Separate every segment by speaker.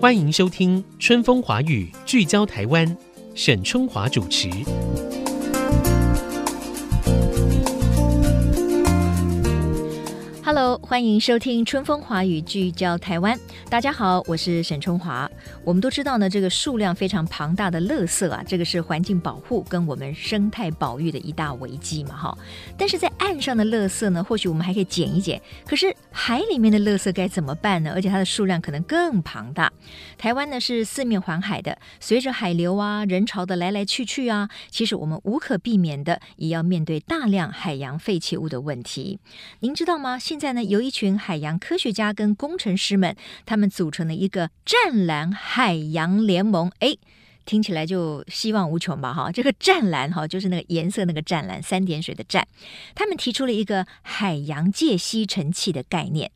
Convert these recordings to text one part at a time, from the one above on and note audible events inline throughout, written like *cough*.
Speaker 1: 欢迎收听《春风华语》，聚焦台湾，沈春华主持。
Speaker 2: Hello，欢迎收听《春风华语》，聚焦台湾。大家好，我是沈春华。我们都知道呢，这个数量非常庞大的垃圾啊，这个是环境保护跟我们生态保育的一大危机嘛，哈。但是在岸上的垃圾呢，或许我们还可以捡一捡，可是海里面的垃圾该怎么办呢？而且它的数量可能更庞大。台湾呢是四面环海的，随着海流啊、人潮的来来去去啊，其实我们无可避免的也要面对大量海洋废弃物的问题。您知道吗？现在呢，由一群海洋科学家跟工程师们，他们组成了一个湛蓝海洋联盟。哎。听起来就希望无穷吧，哈！这个湛蓝哈，就是那个颜色那个湛蓝，三点水的湛。他们提出了一个海洋界吸尘器的概念，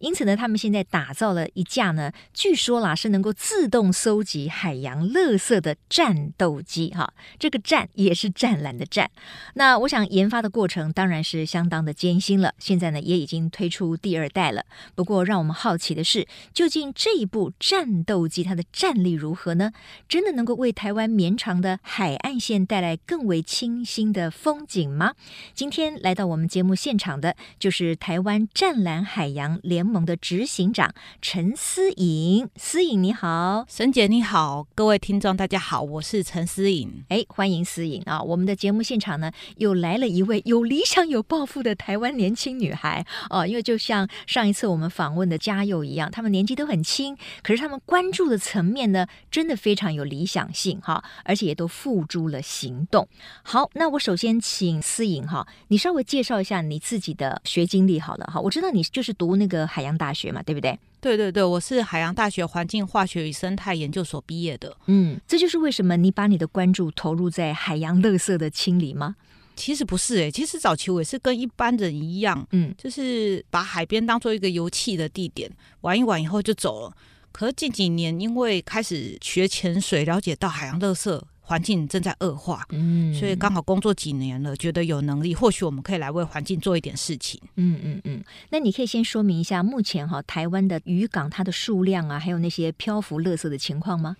Speaker 2: 因此呢，他们现在打造了一架呢，据说啦是能够自动搜集海洋垃圾的战斗机，哈！这个“战”也是湛蓝的“湛”。那我想研发的过程当然是相当的艰辛了，现在呢也已经推出第二代了。不过让我们好奇的是，究竟这一部战斗机它的战力如何呢？真的能够为台湾绵长的海岸线带来更为清新的风景吗？今天来到我们节目现场的就是台湾湛蓝海洋联盟的执行长陈思颖，思颖你好。
Speaker 3: 沈姐你好，各位听众大家好，我是陈思颖。
Speaker 2: 哎，欢迎思颖啊！我们的节目现场呢，又来了一位有理想、有抱负的台湾年轻女孩哦。因为就像上一次我们访问的嘉佑一样，他们年纪都很轻，可是他们关注的层面呢，真的非常有理想性哈，而且也都付诸了行动。好，那我首先请思颖哈，你稍微介绍一下你自己的学经历好了哈。我知道你就是读那个海洋大学嘛，对不对？
Speaker 3: 对对对，我是海洋大学环境化学与生态研究所毕业的。
Speaker 2: 嗯，这就是为什么你把你的关注投入在海洋垃圾的清理吗？
Speaker 3: 其实不是诶、其实早期我也是跟一般人一样，
Speaker 2: 嗯，
Speaker 3: 就是把海边当做一个游憩的地点，玩一玩以后就走了。可是近几年因为开始学潜水，了解到海洋垃圾环境正在恶化，
Speaker 2: 嗯
Speaker 3: 所以刚好工作几年了，觉得有能力，或许我们可以来为环境做一点事情。
Speaker 2: 嗯嗯嗯，那你可以先说明一下目前哈、台湾的渔港它的数量啊，还有那些漂浮垃圾的情况吗？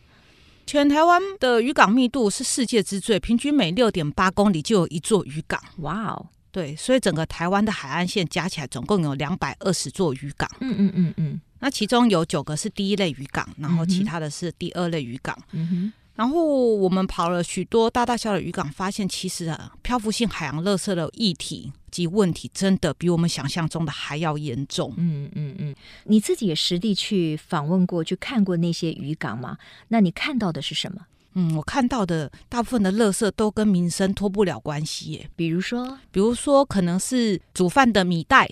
Speaker 3: 全台湾的渔港密度是世界之最，平均每六点八公里就有一座渔港。
Speaker 2: 哇哦，
Speaker 3: 对，所以整个台湾的海岸线加起来总共有两百二十座渔港，
Speaker 2: 嗯嗯嗯嗯
Speaker 3: 那其中有九个是第一类渔港，然后
Speaker 2: 嗯
Speaker 3: 其
Speaker 2: 哼
Speaker 3: 他的是第二类渔港。
Speaker 2: 嗯哼，
Speaker 3: 然后我们跑了许多大大小小的渔港，发现其实啊，漂浮性海洋垃圾的议题及问题真的比我们想象中的还要严重。
Speaker 2: 嗯嗯嗯，你自己也实地去访问过，去看过那些渔港吗？那你看到的是什么？
Speaker 3: 嗯，我看到的大部分的垃圾都跟民生脱不了关系耶，
Speaker 2: 比如说
Speaker 3: 比如说可能是煮饭的米袋，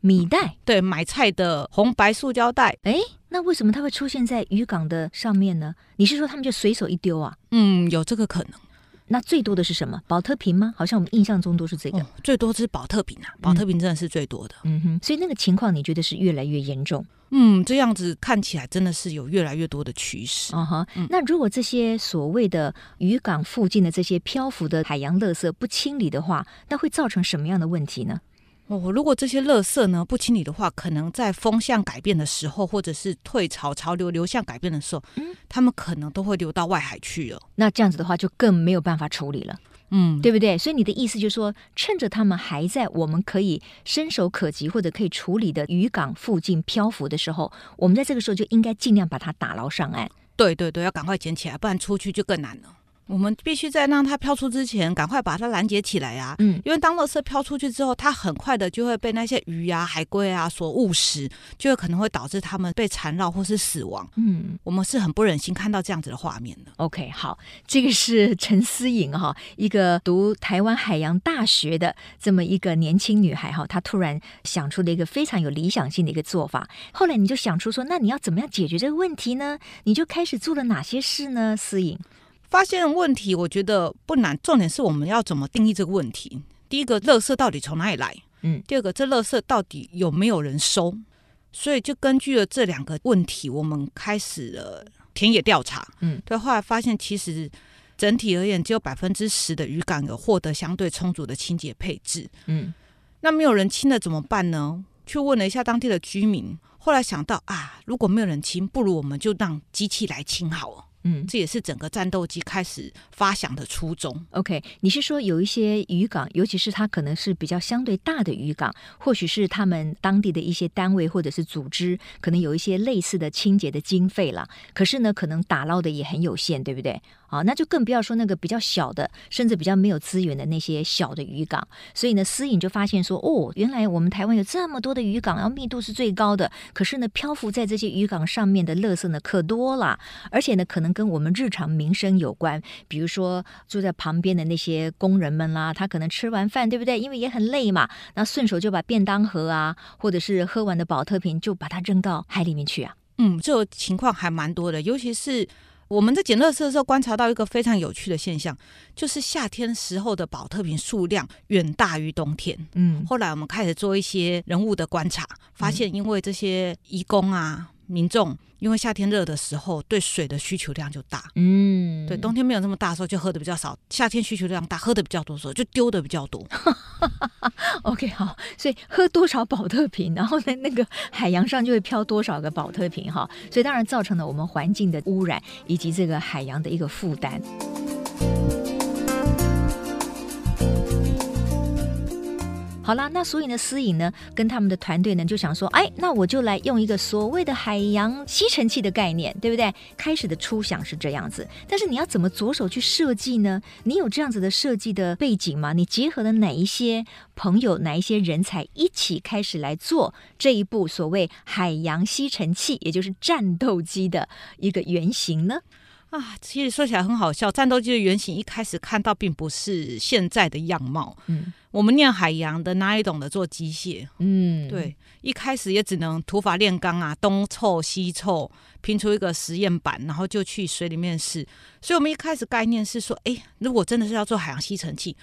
Speaker 2: 米袋，
Speaker 3: 对，买菜的红白塑胶袋，
Speaker 2: 哎，那为什么它会出现在渔港的上面呢？你是说他们就随手一丢啊？
Speaker 3: 嗯，有这个可能。
Speaker 2: 那最多的是什么？保特瓶吗？好像我们印象中都是这个。
Speaker 3: 哦，最多是保特瓶啊，保特瓶真的是最多的。
Speaker 2: 嗯哼，所以那个情况你觉得是越来越严重？
Speaker 3: 嗯，这样子看起来真的是有越来越多的趋势。
Speaker 2: 啊哈，那如果这些所谓的渔港附近的这些漂浮的海洋垃圾不清理的话，那会造成什么样的问题呢？
Speaker 3: 哦，如果这些垃圾呢不清理的话，可能在风向改变的时候，或者是退潮潮流流向改变的时候，
Speaker 2: 嗯
Speaker 3: 他们可能都会流到外海去了。
Speaker 2: 那这样子的话，就更没有办法处理了，
Speaker 3: 嗯，
Speaker 2: 对不对？所以你的意思就是说，趁着他们还在我们可以伸手可及或者可以处理的渔港附近漂浮的时候，我们在这个时候就应该尽量把它打捞上岸。
Speaker 3: 对对对，要赶快捡起来，不然出去就更难了。我们必须在让它飘出之前，赶快把它拦截起来啊！
Speaker 2: 嗯
Speaker 3: 因为当垃圾飘出去之后，它很快的就会被那些鱼啊、海龟啊所误食，就有可能会导致它们被缠绕或是死亡。
Speaker 2: 嗯。
Speaker 3: 我们是很不忍心看到这样子的画面的。
Speaker 2: OK，好，这个是陈思颖哈，一个读台湾海洋大学的这么一个年轻女孩哈，她突然想出了一个非常有理想性的一个做法。后来你就想出说，那你要怎么样解决这个问题呢？你就开始做了哪些事呢？思颖，
Speaker 3: 发现问题，我觉得不难，重点是我们要怎么定义这个问题。第一个，垃圾到底从哪里来？
Speaker 2: 嗯，
Speaker 3: 第二个，这垃圾到底有没有人收？所以就根据了这两个问题，我们开始了田野调查。
Speaker 2: 嗯，
Speaker 3: 对，后来发现其实整体而言，只有百分之十的渔港有获得相对充足的清洁配置。
Speaker 2: 嗯
Speaker 3: 那没有人清了怎么办呢？去问了一下当地的居民，后来想到啊，如果没有人清，不如我们就让机器来清好了。
Speaker 2: 嗯
Speaker 3: 这也是整个战斗机开始发想的初衷。
Speaker 2: ，OK，你是说有一些渔港，尤其是它可能是比较相对大的渔港，或许是他们当地的一些单位或者是组织，可能有一些类似的清洁的经费啦。可是呢，可能打捞的也很有限，对不对？啊，那就更不要说那个比较小的，甚至比较没有资源的那些小的渔港。所以呢，私隐就发现说，哦，原来我们台湾有这么多的渔港，然后密度是最高的，可是呢，漂浮在这些渔港上面的垃圾呢可多啦，而且呢，可能跟我们日常民生有关，比如说住在旁边的那些工人们啦，他可能吃完饭，对不对？因为也很累嘛，那顺手就把便当盒啊，或者是喝完的保特瓶，就把它扔到海里面去啊。
Speaker 3: 嗯，这种情况还蛮多的，尤其是我们在捡垃圾的时候，观察到一个非常有趣的现象，就是夏天时候的保特瓶数量远大于冬天。
Speaker 2: 嗯
Speaker 3: 后来我们开始做一些人物的观察，发现因为这些义工啊、民众，因为夏天热的时候对水的需求量就大，
Speaker 2: 嗯，
Speaker 3: 对，冬天没有那么大的时候就喝的比较少，夏天需求量大，喝的比较多的时候就丢的比较多。
Speaker 2: *laughs* OK，好，所以喝多少保特瓶，然后呢，那个海洋上就会飘多少个保特瓶哈，所以当然造成了我们环境的污染以及这个海洋的一个负担。好啦，那所以呢，思颖呢跟他们的团队呢就想说，哎，那我就来用一个所谓的海洋吸尘器的概念，对不对？开始的初想是这样子，但是你要怎么着手去设计呢？你有这样子的设计的背景吗？你结合了哪一些朋友、哪一些人才一起开始来做这一部所谓海洋吸尘器，也就是战斗机的一个原型呢？
Speaker 3: 啊，其实说起来很好笑，战斗机的原型一开始看到并不是现在的样貌。
Speaker 2: 嗯
Speaker 3: 我们念海洋的哪里懂得做机械？
Speaker 2: 嗯，
Speaker 3: 对，一开始也只能土法炼钢啊，东凑西凑拼出一个实验版，然后就去水里面试。所以我们一开始概念是说，诶，如果真的是要做海洋吸尘器，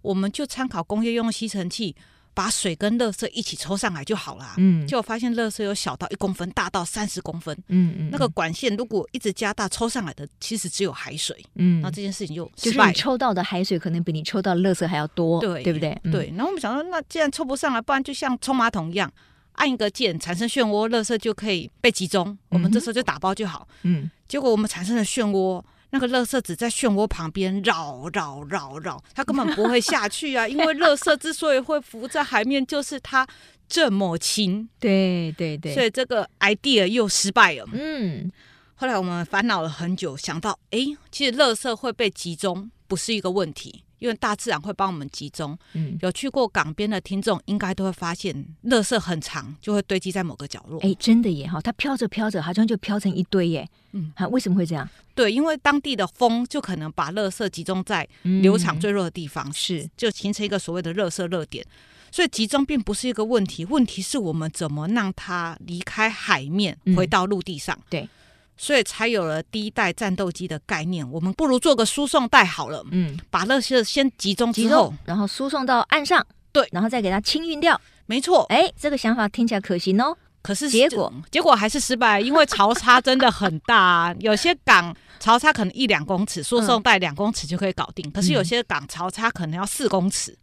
Speaker 3: 我们就参考工业用吸尘器，把水跟垃圾一起抽上来就好啦。
Speaker 2: 嗯，
Speaker 3: 结果发现垃圾有小到一公分，大到三十公分。
Speaker 2: 嗯嗯
Speaker 3: 那个管线如果一直加大，抽上来的其实只有海水，
Speaker 2: 嗯
Speaker 3: 那，这件事情就
Speaker 2: 就
Speaker 3: 失
Speaker 2: 是
Speaker 3: 败
Speaker 2: 你
Speaker 3: 了。
Speaker 2: 抽到的海水可能比你抽到的垃圾还要多，
Speaker 3: 对
Speaker 2: 对不对？嗯
Speaker 3: 对，然后我们想说，那既然抽不上来，不然就像冲马桶一样，按一个键产生漩涡，垃圾就可以被集中。我们这时候就打包就好。
Speaker 2: 嗯，
Speaker 3: 结果我们产生了漩涡，那个垃圾只在漩涡旁边绕绕绕绕，它根本不会下去啊！因为垃圾之所以会浮在海面，就是它这么轻，
Speaker 2: 对对对，
Speaker 3: 所以这个 idea 又失败了。
Speaker 2: 嗯
Speaker 3: 后来我们烦恼了很久，想到诶，其实垃圾会被集中不是一个问题，因为大自然会帮我们集中。
Speaker 2: 嗯，
Speaker 3: 有去过港边的听众应该都会发现，垃圾很长，就会堆积在某个角落。
Speaker 2: 哎，真的耶哈，它飘着飘着，好像就飘成一堆耶，
Speaker 3: 嗯
Speaker 2: 啊，为什么会这样？
Speaker 3: 对，因为当地的风就可能把垃圾集中在
Speaker 2: 嗯
Speaker 3: 流场最弱的地方，
Speaker 2: 是
Speaker 3: 就形成一个所谓的垃圾热点。所以集中并不是一个问题，问题是我们怎么让它离开海面
Speaker 2: 嗯，
Speaker 3: 回到陆地上。
Speaker 2: 对。
Speaker 3: 所以才有了第一代战斗机的概念，我们不如做个输送带好了，
Speaker 2: 嗯，
Speaker 3: 把垃圾先集中
Speaker 2: 集
Speaker 3: 之后
Speaker 2: 中，，然后输送到岸上，
Speaker 3: 对
Speaker 2: 然后再给它清运掉。
Speaker 3: 没错，
Speaker 2: 哎，这个想法听起来可行哦。
Speaker 3: 可是
Speaker 2: 结果
Speaker 3: 结果还是失败，因为潮差真的很大、啊， *laughs* 嗯有些港潮差可能一两公尺，输送带两公尺就可以搞定，可是有些港潮差可能要四公尺，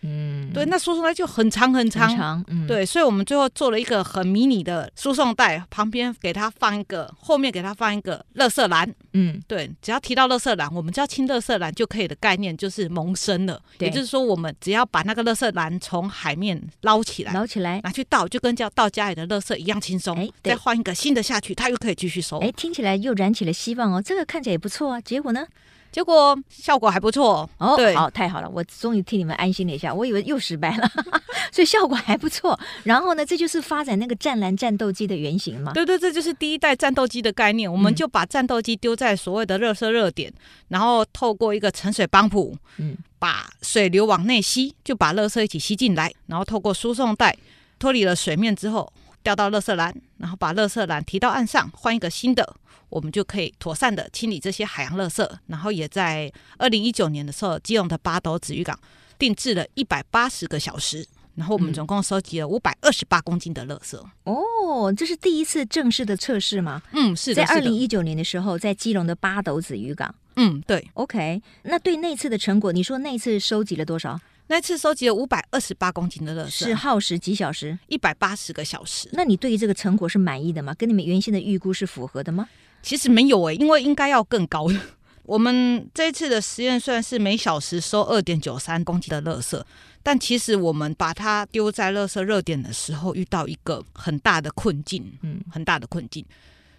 Speaker 2: 嗯，
Speaker 3: 对，那输送带就很长很长。
Speaker 2: 很长，嗯，，
Speaker 3: 对，所以我们最后做了一个很迷你的输送带，旁边给它放一个，后面给它放一个垃圾篮。
Speaker 2: 嗯
Speaker 3: 对，只要提到垃圾篮，我们只要清垃圾篮就可以的概念就是萌生了。
Speaker 2: 对
Speaker 3: 也就是说，我们只要把那个垃圾篮从海面捞起来，
Speaker 2: 捞起来。
Speaker 3: 拿去倒，就跟叫倒家里的垃圾一样轻松。
Speaker 2: 哎对
Speaker 3: 再换一个新的下去，它又可以继续收。
Speaker 2: 哎，听起来又燃起了希望哦，这个看起来也不错啊。结果呢？
Speaker 3: 结果效果还不错。
Speaker 2: 哦，
Speaker 3: 对
Speaker 2: 好，太好了，我终于替你们安心了一下，我以为又失败了， *laughs* 所以效果还不错。然后呢，这就是发展那个战蓝战斗机的原型嘛。
Speaker 3: 对对，这就是第一代战斗机的概念。我们
Speaker 2: 嗯
Speaker 3: 就把战斗机丢在所谓的热射热点，然后透过一个沉水帮浦，
Speaker 2: 嗯
Speaker 3: 把水流往内吸，就把垃圾一起吸进来，然后透过输送带脱离了水面之后，掉到垃圾篮，然后把垃圾篮提到岸上，换一个新的，我们就可以妥善的清理这些海洋垃圾。然后也在二零一九年的时候，基隆的八斗子渔港定制了一百八十个小时。然后我们
Speaker 2: 嗯
Speaker 3: 总共收集了五百二十八公斤的垃圾。
Speaker 2: 哦，这是第一次正式的测试吗？
Speaker 3: 嗯，是
Speaker 2: 在
Speaker 3: 的，
Speaker 2: 二
Speaker 3: 是
Speaker 2: 零
Speaker 3: 的。
Speaker 2: 一九年的时候，在基隆的八斗子渔港。
Speaker 3: 嗯，对，
Speaker 2: OK，那对那次的成果，你说那次收集了多少？
Speaker 3: 那次收集了五百二十八公斤的垃
Speaker 2: 是啊
Speaker 3: 圾，
Speaker 2: 耗时几小时。
Speaker 3: 一百八十个小时。
Speaker 2: 那你对于这个成果是满意的吗？跟你们原先的预估是符合的吗？
Speaker 3: 其实没有诶、欸因为应该要更高的。 *laughs* 我们这一次的实验虽然是每小时收二点九三公斤的垃圾，但其实我们把它丢在垃圾热点的时候，遇到一个很大的困境，
Speaker 2: 嗯，
Speaker 3: 很大的困境，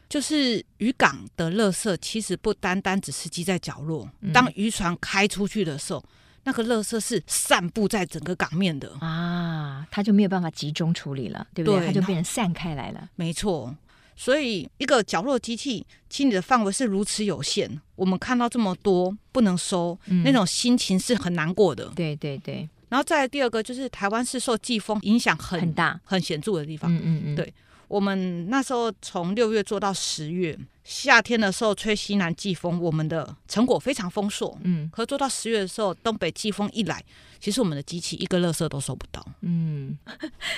Speaker 3: 就是渔港的垃圾其实不单单只是积在角落
Speaker 2: 嗯，
Speaker 3: 当渔船开出去的时候，那个垃圾是散布在整个港面的。
Speaker 2: 啊，它就没有办法集中处理了，对不对？
Speaker 3: 对
Speaker 2: 它就
Speaker 3: 那
Speaker 2: 变成散开来了。
Speaker 3: 没错，所以一个角落机器清理的范围是如此有限，我们看到这么多不能收，
Speaker 2: 嗯
Speaker 3: 那种心情是很难过的。
Speaker 2: 对对对，
Speaker 3: 然后再来第二个就是台湾是受季风影响很
Speaker 2: 很大。
Speaker 3: 很显著的地方。
Speaker 2: 嗯嗯嗯，
Speaker 3: 对我们那时候从六月做到十月，夏天的时候吹西南季风，我们的成果非常丰硕。
Speaker 2: 嗯
Speaker 3: 可做到十月的时候，东北季风一来，其实我们的机器一个垃圾都收不到。
Speaker 2: 嗯，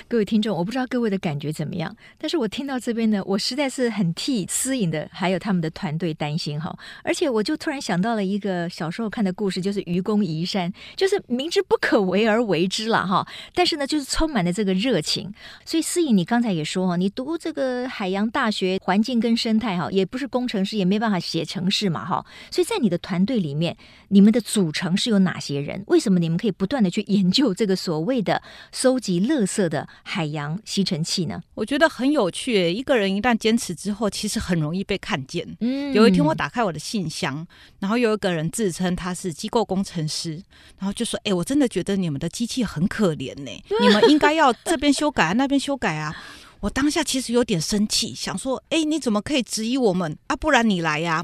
Speaker 2: 各位听众，我不知道各位的感觉怎么样，但是我听到这边呢，我实在是很替思颖的还有他们的团队担心哈。而且我就突然想到了一个小时候看的故事，就是《愚公移山》，就是明知不可为而为之了哈，但是呢，就是充满了这个热情。所以思颖，你刚才也说哈，你读这个海洋大学环境跟生态哈，也不是工程师，也没办法写程式嘛哈。所以在你的团队里面，你们的组成是有哪些人？为什么你们可以不断的去研究这个所谓的收集垃圾的海洋吸尘器呢？
Speaker 3: 我觉得很有趣耶，一个人一旦坚持之后，其实很容易被看见。
Speaker 2: 嗯
Speaker 3: 有一天我打开我的信箱，然后有一个人自称他是机构工程师，然后就说：“哎、我真的觉得你们的机器很可怜呢、你们应该要这边修改啊，那边修改啊。”我当下其实有点生气，想说：“哎、你怎么可以质疑我们啊？不然你来呀、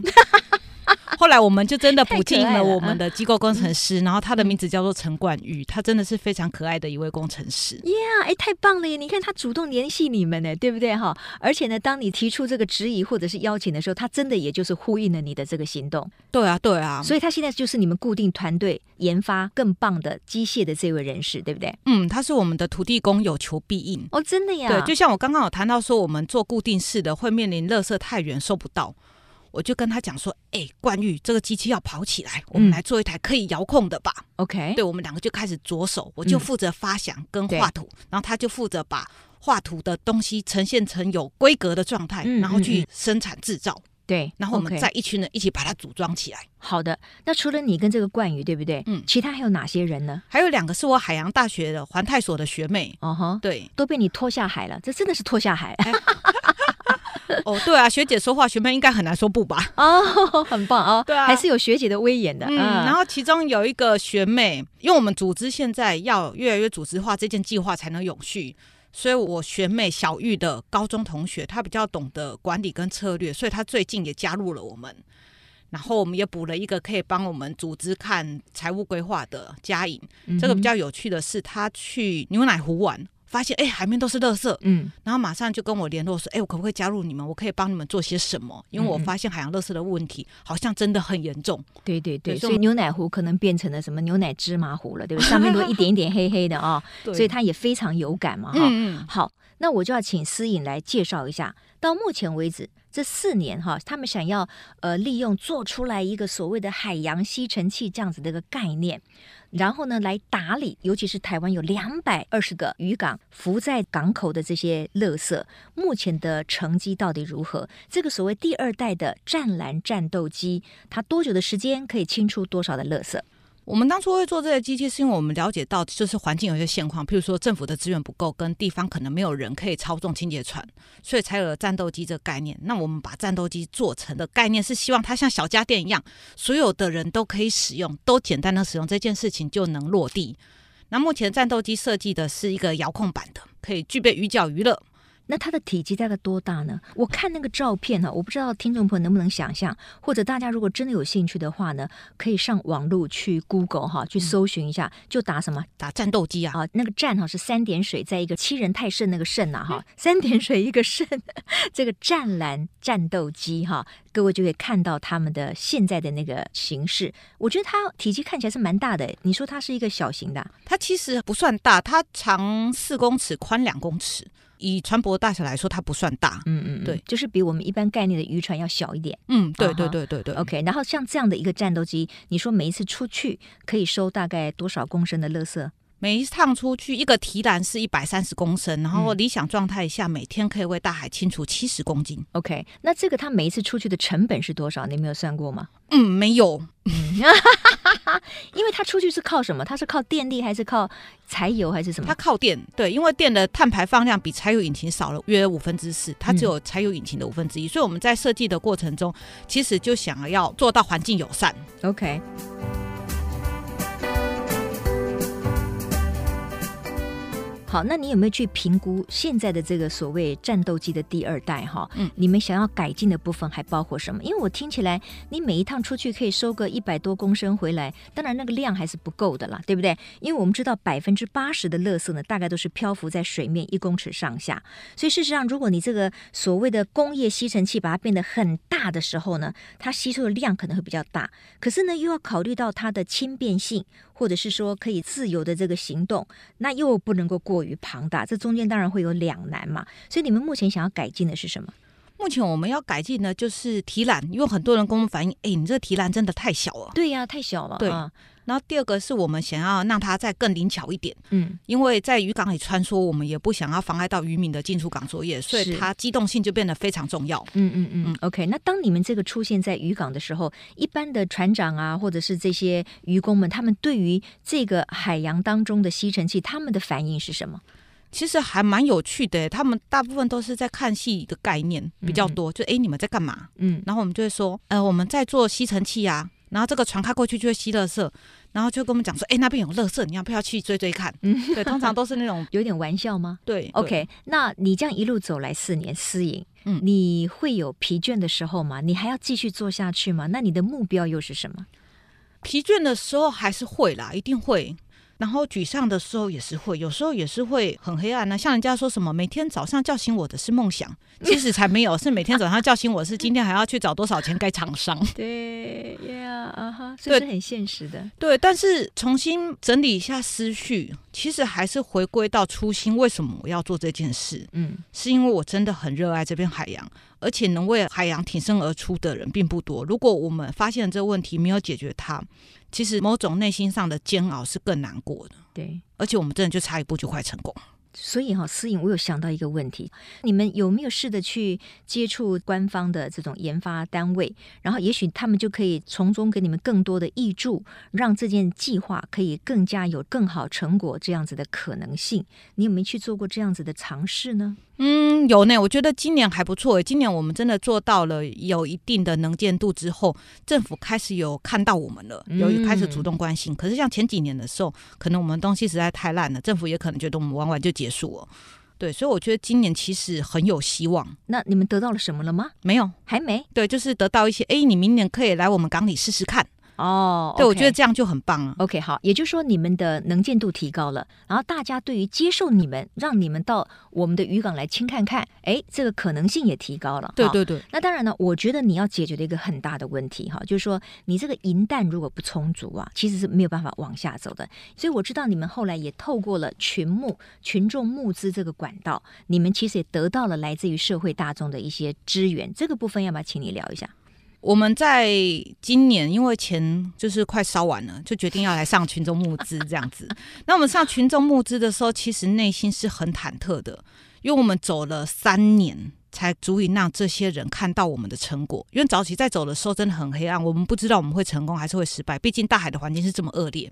Speaker 3: 后来我们就真的补进
Speaker 2: 太可爱
Speaker 3: 了
Speaker 2: 了啊嗯
Speaker 3: 我们的机构工程师，然后他的名字叫做陈冠宇，他真的是非常可爱的一位工程师。
Speaker 2: 呀，哎，太棒了耶！你看他主动联系你们呢，对不对哈？而且呢，当你提出这个质疑或者是邀请的时候，他真的也就是呼应了你的这个行动，
Speaker 3: 对啊，对啊，
Speaker 2: 所以他现在就是你们固定团队研发更棒的机械的这位人士，对不对？
Speaker 3: 嗯，他是我们的土地公，有求必应。
Speaker 2: 哦，真的呀，
Speaker 3: 对，就像我刚刚有谈到说，我们做固定式的会面临垃圾太远收不到，我就跟他讲说，哎、冠玉，这个机器要跑起来，我
Speaker 2: 嗯
Speaker 3: 们来做一台可以遥控的吧。
Speaker 2: OK，
Speaker 3: 对，我们两个就开始着手，我就
Speaker 2: 嗯
Speaker 3: 负责发想跟
Speaker 2: 对
Speaker 3: 画图，然后他就负责把画图的东西呈现成有规格的状态，
Speaker 2: 嗯
Speaker 3: 然后
Speaker 2: 嗯
Speaker 3: 去生产制造，
Speaker 2: 对，
Speaker 3: 然后我们
Speaker 2: OK
Speaker 3: 再一群人一起把它组装起来。
Speaker 2: 好的。那除了你跟这个冠宇，对不对？
Speaker 3: 嗯
Speaker 2: 其他还有哪些人呢？
Speaker 3: 还有两个是我海洋大学的环泰所的学妹，
Speaker 2: 哦哈，，
Speaker 3: 对 *laughs*
Speaker 2: *laughs* 都被你拖下海了，这真的是拖下海
Speaker 3: 哦，对啊，学姐说话，学妹应该很难说不吧？
Speaker 2: 哦，很棒哦，
Speaker 3: 对啊
Speaker 2: 还是有学姐的威严的，啊
Speaker 3: 嗯，然后其中有一个学妹，因为我们组织现在要越来越组织化，这件计划才能永续。所以，我学妹小玉的高中同学，她比较懂得管理跟策略，所以她最近也加入了我们。然后，我们也补了一个可以帮我们组织看财务规划的佳颖。
Speaker 2: 嗯
Speaker 3: 这个比较有趣的是，她去牛奶湖玩，发现哎、海面都是垃圾，
Speaker 2: 嗯
Speaker 3: 然后马上就跟我联络说：“哎、我可不可以加入你们？我可以帮你们做些什么？因为我
Speaker 2: 嗯嗯
Speaker 3: 发现海洋垃圾的问题好像真的很严重。”
Speaker 2: 哼，对对对，
Speaker 3: 对
Speaker 2: 所
Speaker 3: 所以
Speaker 2: 以牛奶壶可能变成了什么牛奶芝麻糊了，对不
Speaker 3: *laughs*
Speaker 2: 对？上面都一点一点黑黑的啊、
Speaker 3: 对
Speaker 2: 所以他也非常有感嘛哈。
Speaker 3: 嗯嗯，
Speaker 2: 好，那我就要请思颖来介绍一下，到目前为止这四年哈，他们想要呃利用做出来一个所谓的海洋吸尘器这样子的一个概念，然后呢来打理，尤其是台湾有两百二十个渔港浮在港口的这些垃圾，目前的成绩到底如何？这个所谓第二代的湛蓝战斗机，它多久的时间可以清除多少的垃圾？
Speaker 3: 我们当初会做这个机器，是因为我们了解到就是环境有一些现况，譬如说政府的资源不够，跟地方可能没有人可以操纵清洁船，所以才有了战斗机这个概念。那我们把战斗机做成的概念是希望它像小家电一样，所有的人都可以使用，都简单的使用这件事情就能落地。那目前战斗机设计的是一个遥控版的，可以具备鱼角娱乐，
Speaker 2: 那它的体积大概多大呢？我看那个照片啊哈、我不知道听众朋友能不能想象，或者大家如果真的有兴趣的话呢，可以上网络去 Google 哈、去搜寻一下，就打什么
Speaker 3: 打战斗机啊，
Speaker 2: 啊、那个站哈、是三点水在一个七人太盛那个盛呐、啊、哈、三点水一个盛， *laughs* 这个湛蓝战斗机哈、各位就可以看到他们的现在的那个形式。我觉得它体积看起来是蛮大的，你说它是一个小型的啊、
Speaker 3: 它其实不算大，它长四公尺，宽两公尺，以船舶大小来说，它不算大。
Speaker 2: 嗯嗯，嗯
Speaker 3: 对，
Speaker 2: 就是比我们一般概念的渔船要小一点。
Speaker 3: 嗯，
Speaker 2: 啊
Speaker 3: 对
Speaker 2: 哈
Speaker 3: 对对对对。
Speaker 2: OK，然后像这样的一个战斗机，你说每一次出去可以收大概多少公升的垃圾？
Speaker 3: 每一趟出去，一个提篮是一百三十公升，然后
Speaker 2: 嗯
Speaker 3: 理想状态下，每天可以为大海清除七十公斤。
Speaker 2: OK，那这个他每一次出去的成本是多少？你没有算过吗？
Speaker 3: 嗯，没有，
Speaker 2: 因为他出去是靠什么？他是靠电力还是靠柴油还是什
Speaker 3: 它
Speaker 2: 么？
Speaker 3: 靠电，对，因为电的碳排放量比柴油引擎少了约五分之四，它只有柴油引擎的五分之一，所以我们在设计的过程中，其实就想要做到环境友善。
Speaker 2: OK，好，那你有没有去评估现在的这个所谓战斗机的第二代哈？
Speaker 3: 嗯
Speaker 2: 你们想要改进的部分还包括什么？因为我听起来你每一趟出去可以收个一百多公升回来，当然那个量还是不够的啦，对不对？因为我们知道百分之八十的垃圾呢，大概都是漂浮在水面一公尺上下，所以事实上，如果你这个所谓的工业吸尘器把它变得很大的时候呢，它吸收的量可能会比较大。可是呢，又要考虑到它的轻便性，或者是说可以自由的这个行动，那又不能够过于庞大，这中间当然会有两难嘛。所以你们目前想要改进的是什么？
Speaker 3: 目前我们要改进的就是提篮，因为很多人跟我们反映，哎、你这提篮真的太小了。
Speaker 2: 对呀、太小了。
Speaker 3: 对
Speaker 2: 啊
Speaker 3: 然后第二个是我们想要让它再更灵巧一点，
Speaker 2: 嗯，
Speaker 3: 因为在渔港里穿梭，我们也不想要妨碍到渔民的进出港作业，所以
Speaker 2: 是
Speaker 3: 它机动性就变得非常重要。
Speaker 2: 嗯嗯嗯，OK。那当你们这个出现在渔港的时候，一般的船长啊，或者是这些渔工们，他们对于这个海洋当中的吸尘器，他们的反应是什么？
Speaker 3: 其实还蛮有趣的，他们大部分都是在看戏的概念比较多，就哎、你们在干嘛？
Speaker 2: 嗯，
Speaker 3: 然后我们就会说，呃，我们在做吸尘器啊。然后这个船开过去就会吸垃圾，然后就跟我们讲说，哎，那边有垃圾，你要不要去追追看？对，通常都是那种
Speaker 2: 有点玩笑吗？
Speaker 3: 对
Speaker 2: OK，那你这样一路走来四年私营，
Speaker 3: 嗯
Speaker 2: 你会有疲倦的时候吗？你还要继续做下去吗？那你的目标又是什么？
Speaker 3: 疲倦的时候还是会啦，一定会。然后沮丧的时候也是会，有时候也是会很黑暗呢、啊像人家说什么，每天早上叫醒我的是梦 *laughs* 想，其实才没有，是每天早上叫醒我是今天还要去找多少钱给厂商。
Speaker 2: 对呀，啊哈，
Speaker 3: 所以
Speaker 2: 是很现实的。
Speaker 3: *laughs* 对，但是重新整理一下思绪，其实还是回归到初心，为什么我要做这件事？
Speaker 2: 嗯
Speaker 3: 是因为我真的很热爱这片海洋，而且能为海洋挺身而出的人并不多。如果我们发现这个问题没有解决它，其实某种内心上的煎熬是更难过的。
Speaker 2: 对。
Speaker 3: 而且我们真的就差一步就快成功。
Speaker 2: 所以哈、思颖，我有想到一个问题，你们有没有试着去接触官方的这种研发单位，然后也许他们就可以从中给你们更多的益助，让这件计划可以更加有更好成果这样子的可能性？你有没有去做过这样子的尝试呢？
Speaker 3: 嗯，有呢，我觉得今年还不错耶。欸今年我们真的做到了有一定的能见度之后，政府开始有看到我们了，
Speaker 2: 嗯
Speaker 3: 有开始主动关心。可是像前几年的时候，可能我们东西实在太烂了，政府也可能觉得我们玩玩就结束了。对，所以我觉得今年其实很有希望。
Speaker 2: 那你们得到了什么了吗？
Speaker 3: 没有，
Speaker 2: 还没
Speaker 3: 对，就是得到一些，哎，你明年可以来我们港里试试看。
Speaker 2: 哦
Speaker 3: 对，我觉得这样就很棒啊。
Speaker 2: OK 好，也就是说你们的能见度提高了，然后大家对于接受你们，让你们到我们的渔港来亲看看，哎，这个可能性也提高了。
Speaker 3: 对
Speaker 2: 哈。
Speaker 3: 对对，
Speaker 2: 那当然呢，我觉得你要解决的一个很大的问题哈，就是说你这个银弹如果不充足啊，其实是没有办法往下走的。所以我知道你们后来也透过了群募、群众募资这个管道，你们其实也得到了来自于社会大众的一些支援。这个部分要不要请你聊一下？
Speaker 3: 我们在今年因为钱就是快烧完了，就决定要来上群众募资这样子。那我们上群众募资的时候，其实内心是很忐忑的，因为我们走了三年。才足以让这些人看到我们的成果，因为早期在走的时候真的很黑暗，我们不知道我们会成功还是会失败，毕竟大海的环境是这么恶劣。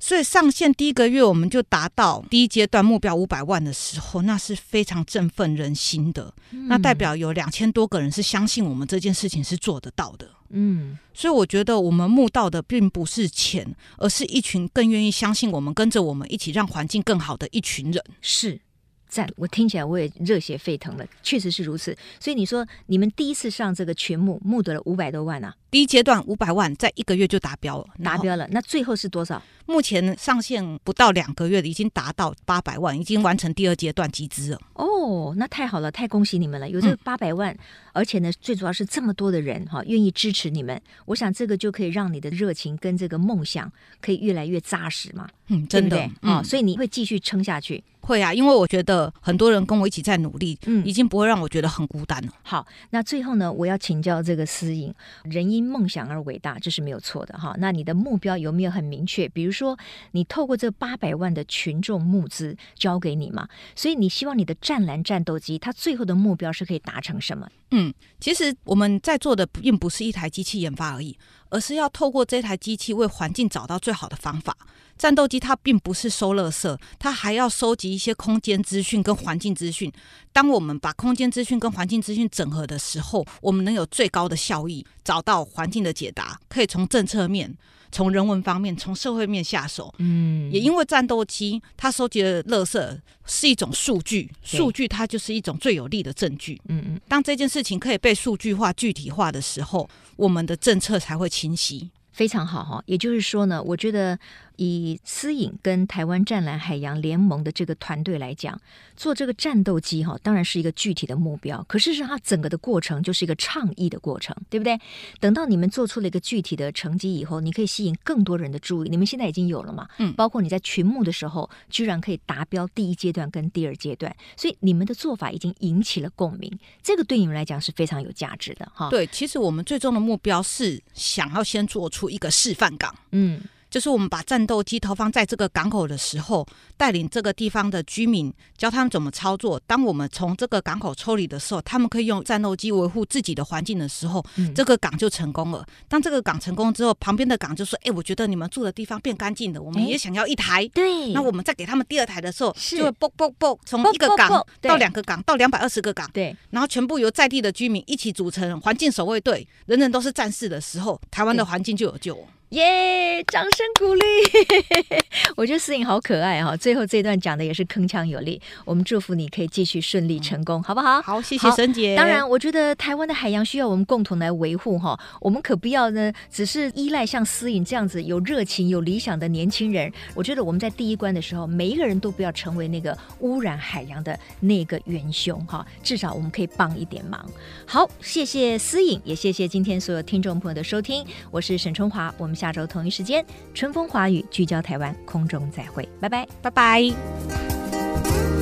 Speaker 3: 所以上线第一个月我们就达到第一阶段目标五百万的时候，那是非常振奋人心的。那代表有两千多个人是相信我们这件事情是做得到的。
Speaker 2: 嗯，
Speaker 3: 所以我觉得我们募到的并不是钱，而是一群更愿意相信我们、跟着我们一起让环境更好的一群人。
Speaker 2: 是。赞！我听起来我也热血沸腾了，确实是如此。所以你说你们第一次上这个群募，募得了五百多万啊，
Speaker 3: 第一阶段五百万，在一个月就达标了，
Speaker 2: 达。标了。那最后是多少？
Speaker 3: 目前上线不到两个月，已经达到八百万，已经完成第二阶段集资了。
Speaker 2: 哦，那太好了，太恭喜你们了，有这八百万，而且呢，最主要是这么多的人哈、愿意支持你们，我想这个就可以让你的热情跟这个梦想可以越来越扎实嘛，
Speaker 3: 嗯，真的
Speaker 2: 对不对
Speaker 3: 嗯
Speaker 2: 哦，所以你会继续撑下去。
Speaker 3: 会啊，因为我觉得很多人跟我一起在努力，
Speaker 2: 嗯
Speaker 3: 已经不会让我觉得很孤单了。
Speaker 2: 好，那最后呢，我要请教这个思颖，人因梦想而伟大，这是没有错的哈。那你的目标有没有很明确？比如说你透过这八百万的群众募资交给你嘛，所以你希望你的湛蓝战斗机它最后的目标是可以达成什么？
Speaker 3: 嗯，其实我们在做的并不是一台机器研发而已，而是要透过这台机器为环境找到最好的方法。战斗机它并不是收垃圾，它还要收集一些空间资讯跟环境资讯。当我们把空间资讯跟环境资讯整合的时候，我们能有最高的效益，找到环境的解答，可以从政策面、从人文方面、从社会面下手。
Speaker 2: 嗯
Speaker 3: 也因为战斗机它收集的垃圾是一种数据，
Speaker 2: 对
Speaker 3: 数据它就是一种最有力的证据。
Speaker 2: 嗯嗯，
Speaker 3: 当这件事情可以被数据化、具体化的时候，我们的政策才会清晰。
Speaker 2: 非常好哈。也就是说呢，我觉得以思颖跟台湾湛蓝海洋联盟的这个团队来讲，做这个战斗机哈，当然是一个具体的目标，可是是它整个的过程就是一个倡议的过程，对不对？等到你们做出了一个具体的成绩以后，你可以吸引更多人的注意。你们现在已经有了嘛？
Speaker 3: 嗯
Speaker 2: 包括你在群募的时候，居然可以达标第一阶段跟第二阶段，所以你们的做法已经引起了共鸣，这个对你们来讲是非常有价值的哈。，
Speaker 3: 对，其实我们最终的目标是想要先做出一个示范港，
Speaker 2: 嗯，
Speaker 3: 就是我们把战斗机投放在这个港口的时候，带领这个地方的居民，教他们怎么操作。当我们从这个港口抽离的时候，他们可以用战斗机维护自己的环境的时候，
Speaker 2: 嗯
Speaker 3: 这个港就成功了。当这个港成功之后，旁边的港就说：“哎、我觉得你们住的地方变干净了，我们
Speaker 2: 哎
Speaker 3: 也想要一台。”
Speaker 2: 对，
Speaker 3: 那我们再给他们第二台的时候，
Speaker 2: 是
Speaker 3: 就会啵啵啵从
Speaker 2: 啵
Speaker 3: 一个
Speaker 2: 啵
Speaker 3: 港
Speaker 2: 啵对
Speaker 3: 到两个港到两百二十个港，
Speaker 2: 对
Speaker 3: 然后全部由在地的居民一起组成环境守卫队，人人都是战士的时候，台湾的
Speaker 2: 对
Speaker 3: 环境就有救。
Speaker 2: 耶掌声鼓励！ *laughs* 我觉得思颖好可爱哈、最后这段讲的也是铿锵有力，我们祝福你可以继续顺利成功，好不好？
Speaker 3: 好，谢
Speaker 2: 好
Speaker 3: 谢沈姐。
Speaker 2: 当然，我觉得台湾的海洋需要我们共同来维护哈，我们可不要呢，只是依赖像思颖这样子有热情、有理想的年轻人。我觉得我们在第一关的时候，每一个人都不要成为那个污染海洋的那个元凶哈，至少我们可以帮一点忙。好，谢谢思颖，也谢谢今天所有听众朋友的收听，我是沈春华，我们下周同一时间春风华语聚焦台湾空中再会，拜拜。
Speaker 3: 拜拜。